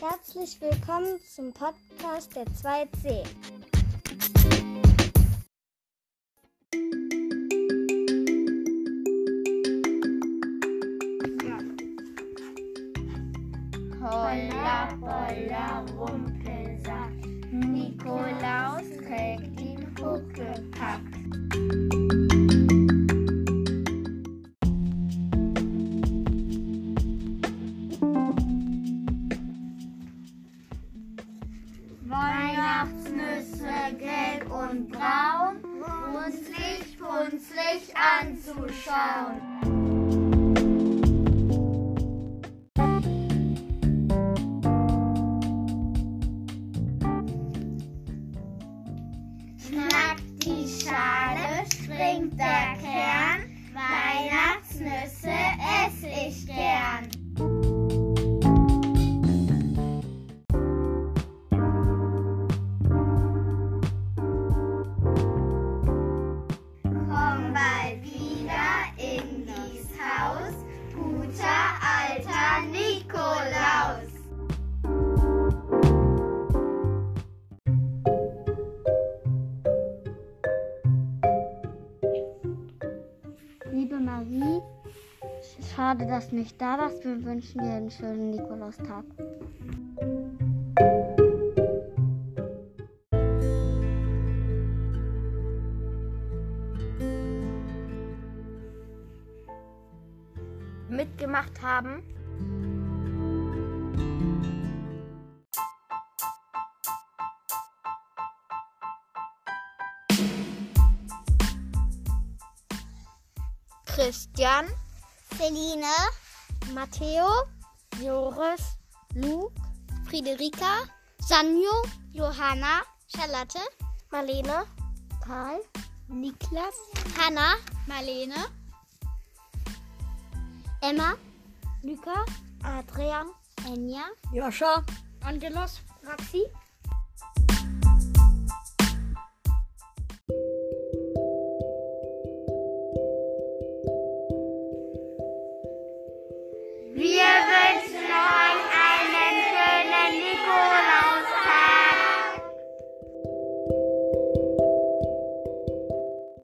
herzlich willkommen zum Podcast der 2C. Holla, holla, Rumpelsack. Nikolaus trägt den Huckepack. Weihnachtsnüsse gelb und braun, runzlig, punzlig anzuschauen. Knackt die Schale, springt der Kern. Weihnachtsnüsse ess ich gern. Komm bald wieder in dies Haus, guter alter Nikolaus. Liebe Marie, schade, dass du nicht da warst. Wir wünschen dir einen schönen Nikolaustag. Mitgemacht haben Christian, Feline, Matteo, Joris, Luke, Friederika, Sanjo, Johanna, Charlotte, Marlene, Karl, Niklas, Hanna, Marlene, Emma, Luca, Adrian, Enja, Joscha, Angelos, Maxi,